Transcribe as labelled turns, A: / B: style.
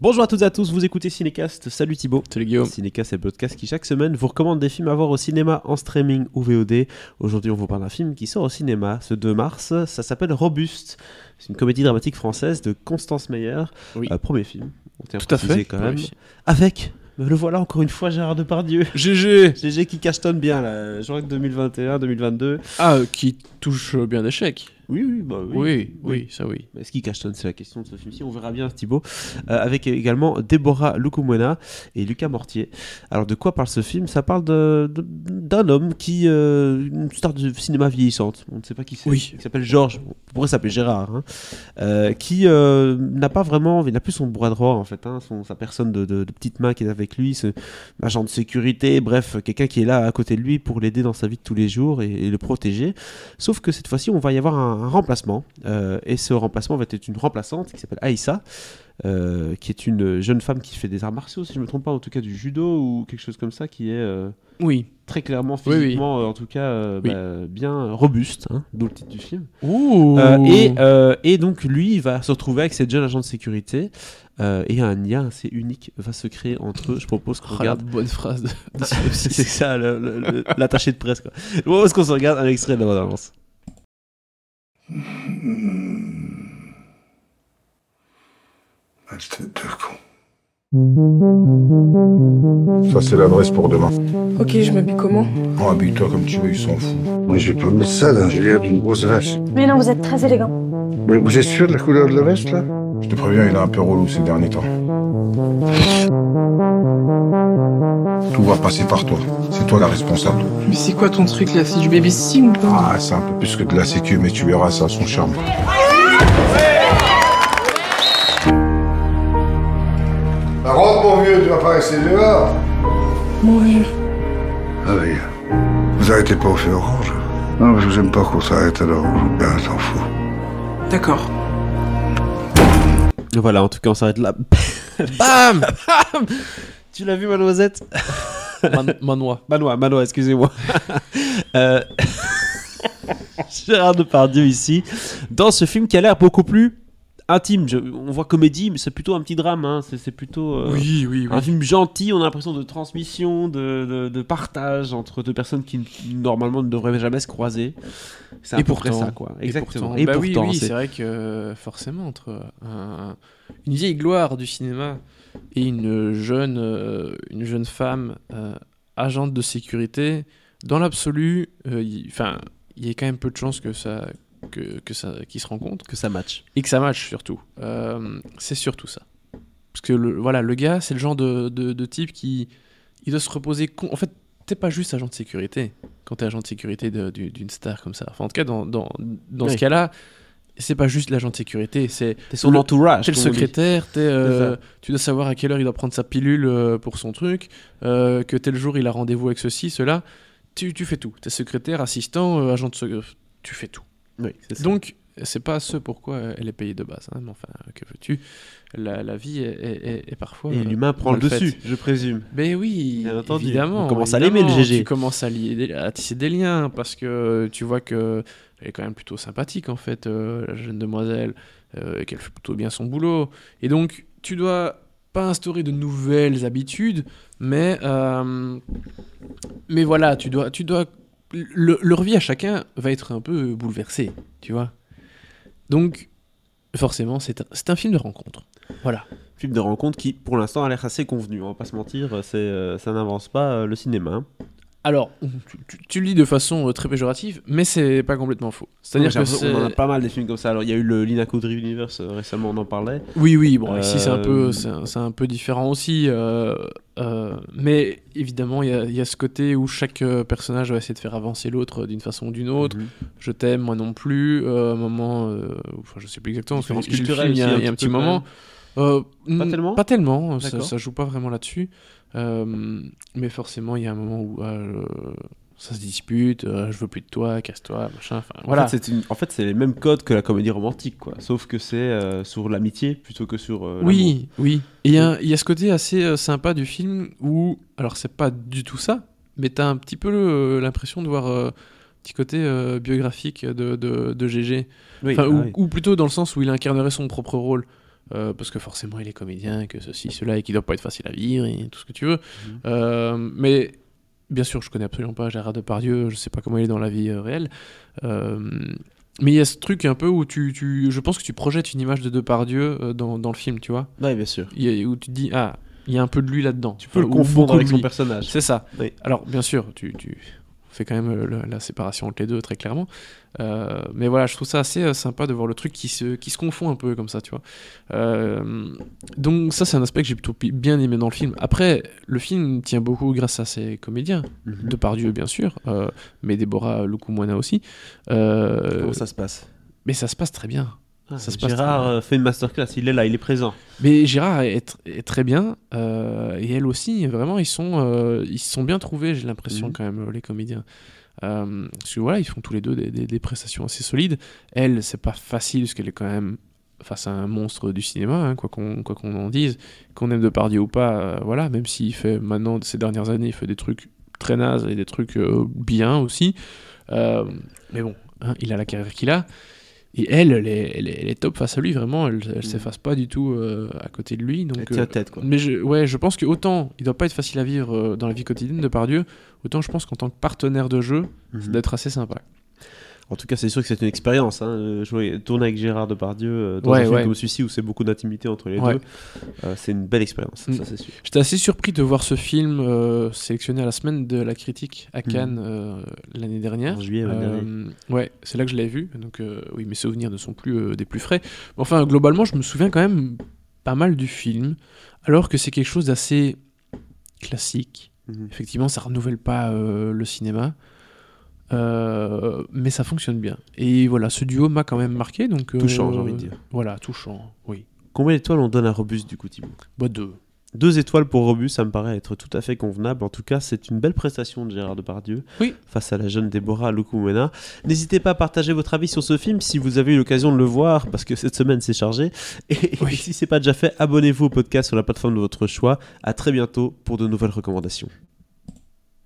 A: Bonjour à toutes et à tous, vous écoutez Cinécast. Salut Thibaut.
B: Salut Guillaume.
A: Cinécast c'est le podcast qui chaque semaine vous recommande des films à voir au cinéma en streaming ou VOD. Aujourd'hui, on vous parle d'un film qui sort au cinéma ce 2 mars. Ça s'appelle Robuste. C'est une comédie dramatique française de Constance Meyer.
B: Oui.
A: Euh, premier film. On tient
B: Tout à
A: préciser
B: fait.
A: Quand même.
B: Oui.
A: Avec. me Le voilà encore une fois Gérard Depardieu.
B: GG
A: GG qui cachetonne bien là, juin 2021, 2022.
B: Ah, euh, qui touche euh, bien d'échecs.
A: Oui, oui, bah
B: Oui, oui, ça oui.
A: Mais Est-ce qu'il cachetonne C'est la question de ce film-ci. On verra bien Thibaut. Euh, avec également Déborah Lukumwena et Lucas Mortier. Alors, de quoi parle ce film Ça parle de- de- d'un homme qui. euh, une star du cinéma vieillissante. On ne sait pas qui c'est.
B: Oui.
A: Il s'appelle Georges. On pourrait s'appeler Gérard. hein. Euh, qui euh, n'a pas vraiment. Il n'a plus son bras droit, en fait. hein, son, sa personne de, de- de petite main qui est avec lui. Ce agent de sécurité. Bref, quelqu'un qui est là à côté de lui pour l'aider dans sa vie de tous les jours et- et le protéger. Sauf que cette fois-ci, on va y avoir un, un remplacement. euh, et ce remplacement va être une remplaçante qui s'appelle Aïssa, euh, qui est une jeune femme qui fait des arts martiaux, si je ne me trompe pas, en tout cas du judo ou quelque chose comme ça, qui est euh,
B: Oui.
A: très clairement
B: Oui, oui.
A: physiquement, euh, en tout cas, euh,
B: Oui.
A: bah, bien robuste, hein, d'où le titre du film.
B: Ouh
A: Euh, et, euh, et donc, lui, il va se retrouver avec cette jeune agent de sécurité. euh, et un lien assez unique va se créer entre eux. Je propose qu'on
B: Oh, la
A: regarde.
B: bonne phrase de, de
A: C'est
B: synopsis.
A: ça, le- le- le- l'attaché de presse. Quoi. Je propose qu'on se regarde un extrait de la bande-annonce.
C: Ça, c'est l'adresse pour demain.
D: Ok, je m'habille comment
C: Bon, habille-toi comme tu veux, ils s'en foutent. Moi, je vais pas mettre ça, là. J'ai l'air d'une grosse vache.
E: Mais non, vous êtes très élégant.
C: Mais vous êtes sûr de la couleur de la veste, là Je te préviens, il est un peu relou ces derniers temps. Tout va passer par toi. C'est toi la responsable.
D: Mais c'est quoi ton truc là C'est du babysitting ou quoi
C: Ah, c'est un peu plus que de la sécu, mais tu verras, ça a son charme. Rentre, mon vieux, tu vas pas rester dehors.
D: Mon vieux.
C: Ah oui. Vous arrêtez pas au feu orange Non, je vous aime pas qu'on s'arrête à l'orange. Ben, t'en fous.
D: D'accord.
A: Voilà, en tout cas, on s'arrête là.
B: Bam
A: Tu l'as vu, ma noisette
B: Man- Manois.
A: Manois, Manois, excusez-moi. euh... Gérard Depardieu ici, dans ce film qui a l'air beaucoup plus intime. Je- On voit comédie, mais c'est plutôt un petit drame. hein. C'est c'est plutôt euh,
B: Oui, oui,
A: un film gentil. On a l'impression de transmission, de, de- de partage entre deux personnes qui normalement ne devraient jamais se croiser. C'est à
B: Et
A: peu près
B: pourtant.
A: ça, quoi.
B: Et
A: Exactement.
B: pourtant, Bah oui, oui,
A: c'est-
B: c'est vrai que euh, forcément, entre euh, un- une vieille gloire du cinéma et une jeune, euh, une jeune femme euh, agente de sécurité, dans l'absolu, euh, il enfin, il y a quand même peu de chances que ça, que, que ça, qu'ils se rencontrent
A: que ça match.
B: et que ça match surtout. Euh, c'est surtout ça. Parce que le, voilà, le gars, c'est le genre de, de- de type qui il doit se reposer. con- En fait, t'es pas juste agent de sécurité quand t'es agent de sécurité de- du- d'une star comme ça. Enfin, en tout cas, dans, dans, dans ce
A: Oui.
B: cas-là, c'est pas juste l'agent de sécurité. C'est
A: T'es son
B: Le-
A: entourage.
B: t'es le
A: comme on dit.
B: secrétaire, t'es, euh,
A: C'est ça.
B: tu dois savoir à quelle heure il doit prendre sa pilule euh, pour son truc, euh, que tel jour il a rendez-vous avec ceci, cela. Tu, tu fais tout. T'es secrétaire, assistant, euh, agent de sécurité. Tu fais tout.
A: Oui, c'est ça.
B: Donc, c'est pas ce pourquoi euh, elle est payée de base. hein, mais enfin, que veux-tu la, la vie est, est- est- est parfois.
A: Et
B: euh,
A: l'humain prend le
B: mal faite.
A: dessus, je présume.
B: Mais Ben oui,
A: Bien entendu.
B: évidemment.
A: On commence à
B: évidemment,
A: l'aimer, le GG.
B: Tu commences à, lier des- à tisser des liens parce que euh, tu vois que elle est quand même plutôt sympathique en fait, euh, la jeune demoiselle, euh, et qu'elle fait plutôt bien son boulot. Et donc, tu dois pas instaurer de nouvelles habitudes, mais euh, mais voilà, tu dois tu dois le- leur vie à chacun va être un peu bouleversée, tu vois. Donc forcément, c'est un, c'est un film de rencontre. Voilà.
A: film de rencontre qui, pour l'instant, a l'air assez convenu. hein, On va pas se mentir, c'est, euh, ça n'avance pas euh, le cinéma. hein.
B: Alors, tu, tu- tu le dis de façon euh, très péjorative, mais c'est pas complètement faux. C'est-à-dire
A: J'ai
B: que
A: l'impression qu'on en a
B: c'est-
A: pas mal des films comme ça. Alors, il y a eu le Lina Coudry Universe euh, récemment, on en parlait.
B: Oui, oui, bon, ici c'est un
A: Euh,
B: peu, c'est un, c'est un peu différent aussi, euh, euh, mais évidemment il y a- il y, a ce côté où chaque euh, personnage va essayer de faire avancer l'autre d'une façon ou d'une autre.
A: Mhm.
B: Je t'aime, moi non plus. euh, un moment, euh, enfin je sais plus exactement. parce que
A: Différence
B: j'ai le
A: culturelle
B: film, il y a,
A: aussi,
B: il y a un petit
A: peu
B: moment. Euh, n-
A: tellement
B: Pas tellement, ça,
A: D'accord.
B: ça joue pas vraiment là-dessus. Euh, mais forcément, il y a un moment où euh, ça se dispute, euh, je veux plus de toi, casse-toi, machin. Enfin,
A: quand même.
B: voilà.
A: En fait, c'est, une- en fait, c'est les mêmes codes que la comédie romantique, quoi. Sauf que c'est euh, sur l'amitié plutôt que sur. euh, l'amour.
B: oui, oui. Et il y, a- il y a ce côté assez euh, sympa du film où, alors c'est pas du tout ça, mais t'as un petit peu le- l'impression de voir euh, un petit côté euh, biographique de, de, de GG.
A: Oui,
B: Enfin,
A: ah
B: ou,
A: oui.
B: ou plutôt dans le sens où il incarnerait son propre rôle. euh, parce que forcément il est comédien, et que ceci, cela, et qu'il doit pas être facile à vivre, et tout ce que tu veux.
A: Mhm.
B: Euh, mais bien sûr, je connais absolument pas Gérard Depardieu, je sais pas comment il est dans la vie euh, réelle. Euh, mais il y a ce truc un peu où tu, tu- je pense que tu projettes une image de Depardieu euh, dans, dans le film, tu vois.
A: Ouais, bien sûr.
B: Il y a- où tu te dis, ah, il y a un peu de lui là-dedans.
A: Tu peux le confondre avec son personnage.
B: C'est ça.
A: Oui.
B: Alors, bien sûr, tu, tu fais quand même euh, le- la séparation entre les deux très clairement. Euh, mais voilà, je trouve ça assez euh, sympa de voir le truc qui se, qui se confond un peu comme ça, tu vois. Euh, donc, ça, c'est un aspect que j'ai plutôt pi- bien aimé dans le film. Après, le film tient beaucoup grâce à ses comédiens.
A: Mhm.
B: Depardieu, bien sûr, euh, mais Déborah Lukumwana aussi. Euh,
A: Comment ça se passe
B: Mais ça se passe très bien. ça se passe
A: Gérard
B: très
A: euh, fait une masterclass, il est là, il est présent.
B: Mais Gérard est, tr- est très bien, euh, et elle aussi, vraiment, ils sont, euh, ils se sont bien trouvés, j'ai l'impression,
A: Mhm.
B: quand même, euh, les comédiens. Euh, parce que voilà, ils font tous les deux des, des- des prestations assez solides. Elle, c'est pas facile, parce qu'elle est quand même face à un monstre du cinéma, hein, quoi qu'on quoi qu'on en dise, qu'on aime Depardieu ou pas, euh, voilà, même s'il fait maintenant, ces dernières années, il fait des trucs très nazes et des trucs euh, bien aussi. Euh, mais bon, hein, il a la carrière qu'il a. Et elle, elle est, elle est- elle est top face à lui, vraiment. Elle, elle s'efface pas du tout euh, à côté de lui. Donc,
A: Mm. Elle tient
B: euh,
A: tête, quoi.
B: mais je, ouais, je pense que autant il doit pas être facile à vivre euh, dans la vie quotidienne de Pardieu, autant je pense qu'en tant que partenaire de jeu, c'est
A: Mhm.
B: d'être assez sympa.
A: En tout cas, c'est sûr que c'est une expérience. Hein. euh, Jouer, tourner avec Gérard Depardieu euh, dans
B: Ouais,
A: un film
B: ouais.
A: comme celui-ci où c'est beaucoup d'intimité entre les
B: Ouais.
A: deux, euh, c'est une belle expérience,
B: Mm.
A: ça c'est sûr.
B: J'étais assez surpris de voir ce film euh, sélectionné à la semaine de la critique
A: Mm.
B: à Cannes euh, l'année dernière.
A: En juillet, ouais,
B: Euh,
A: dernier.
B: ouais, c'est là que je l'ai vu. Donc euh, oui, mes souvenirs ne sont plus euh, des plus frais. Mais enfin, globalement, je me souviens quand même pas mal du film, alors que c'est quelque chose d'assez classique.
A: Mhm.
B: Effectivement, ça renouvelle pas euh, le cinéma, Euh, mais ça fonctionne bien. Et voilà, ce duo m'a quand même marqué. Donc euh,
A: Touchant, j'ai envie de dire.
B: Voilà, touchant. Oui,
A: Combien d'étoiles on donne à Robus du coup, Thibaut
B: bah deux.
A: Deux étoiles pour Robus, ça me paraît être tout à fait convenable. En tout cas, c'est une belle prestation de Gérard Depardieu
B: Oui.
A: face à la jeune Déborah Lukumena. N'hésitez pas à partager votre avis sur ce film si vous avez eu l'occasion de le voir, parce que cette semaine c'est chargé. Et,
B: Oui.
A: et si c'est pas déjà fait, abonnez-vous au podcast sur la plateforme de votre choix. À très bientôt pour de nouvelles recommandations.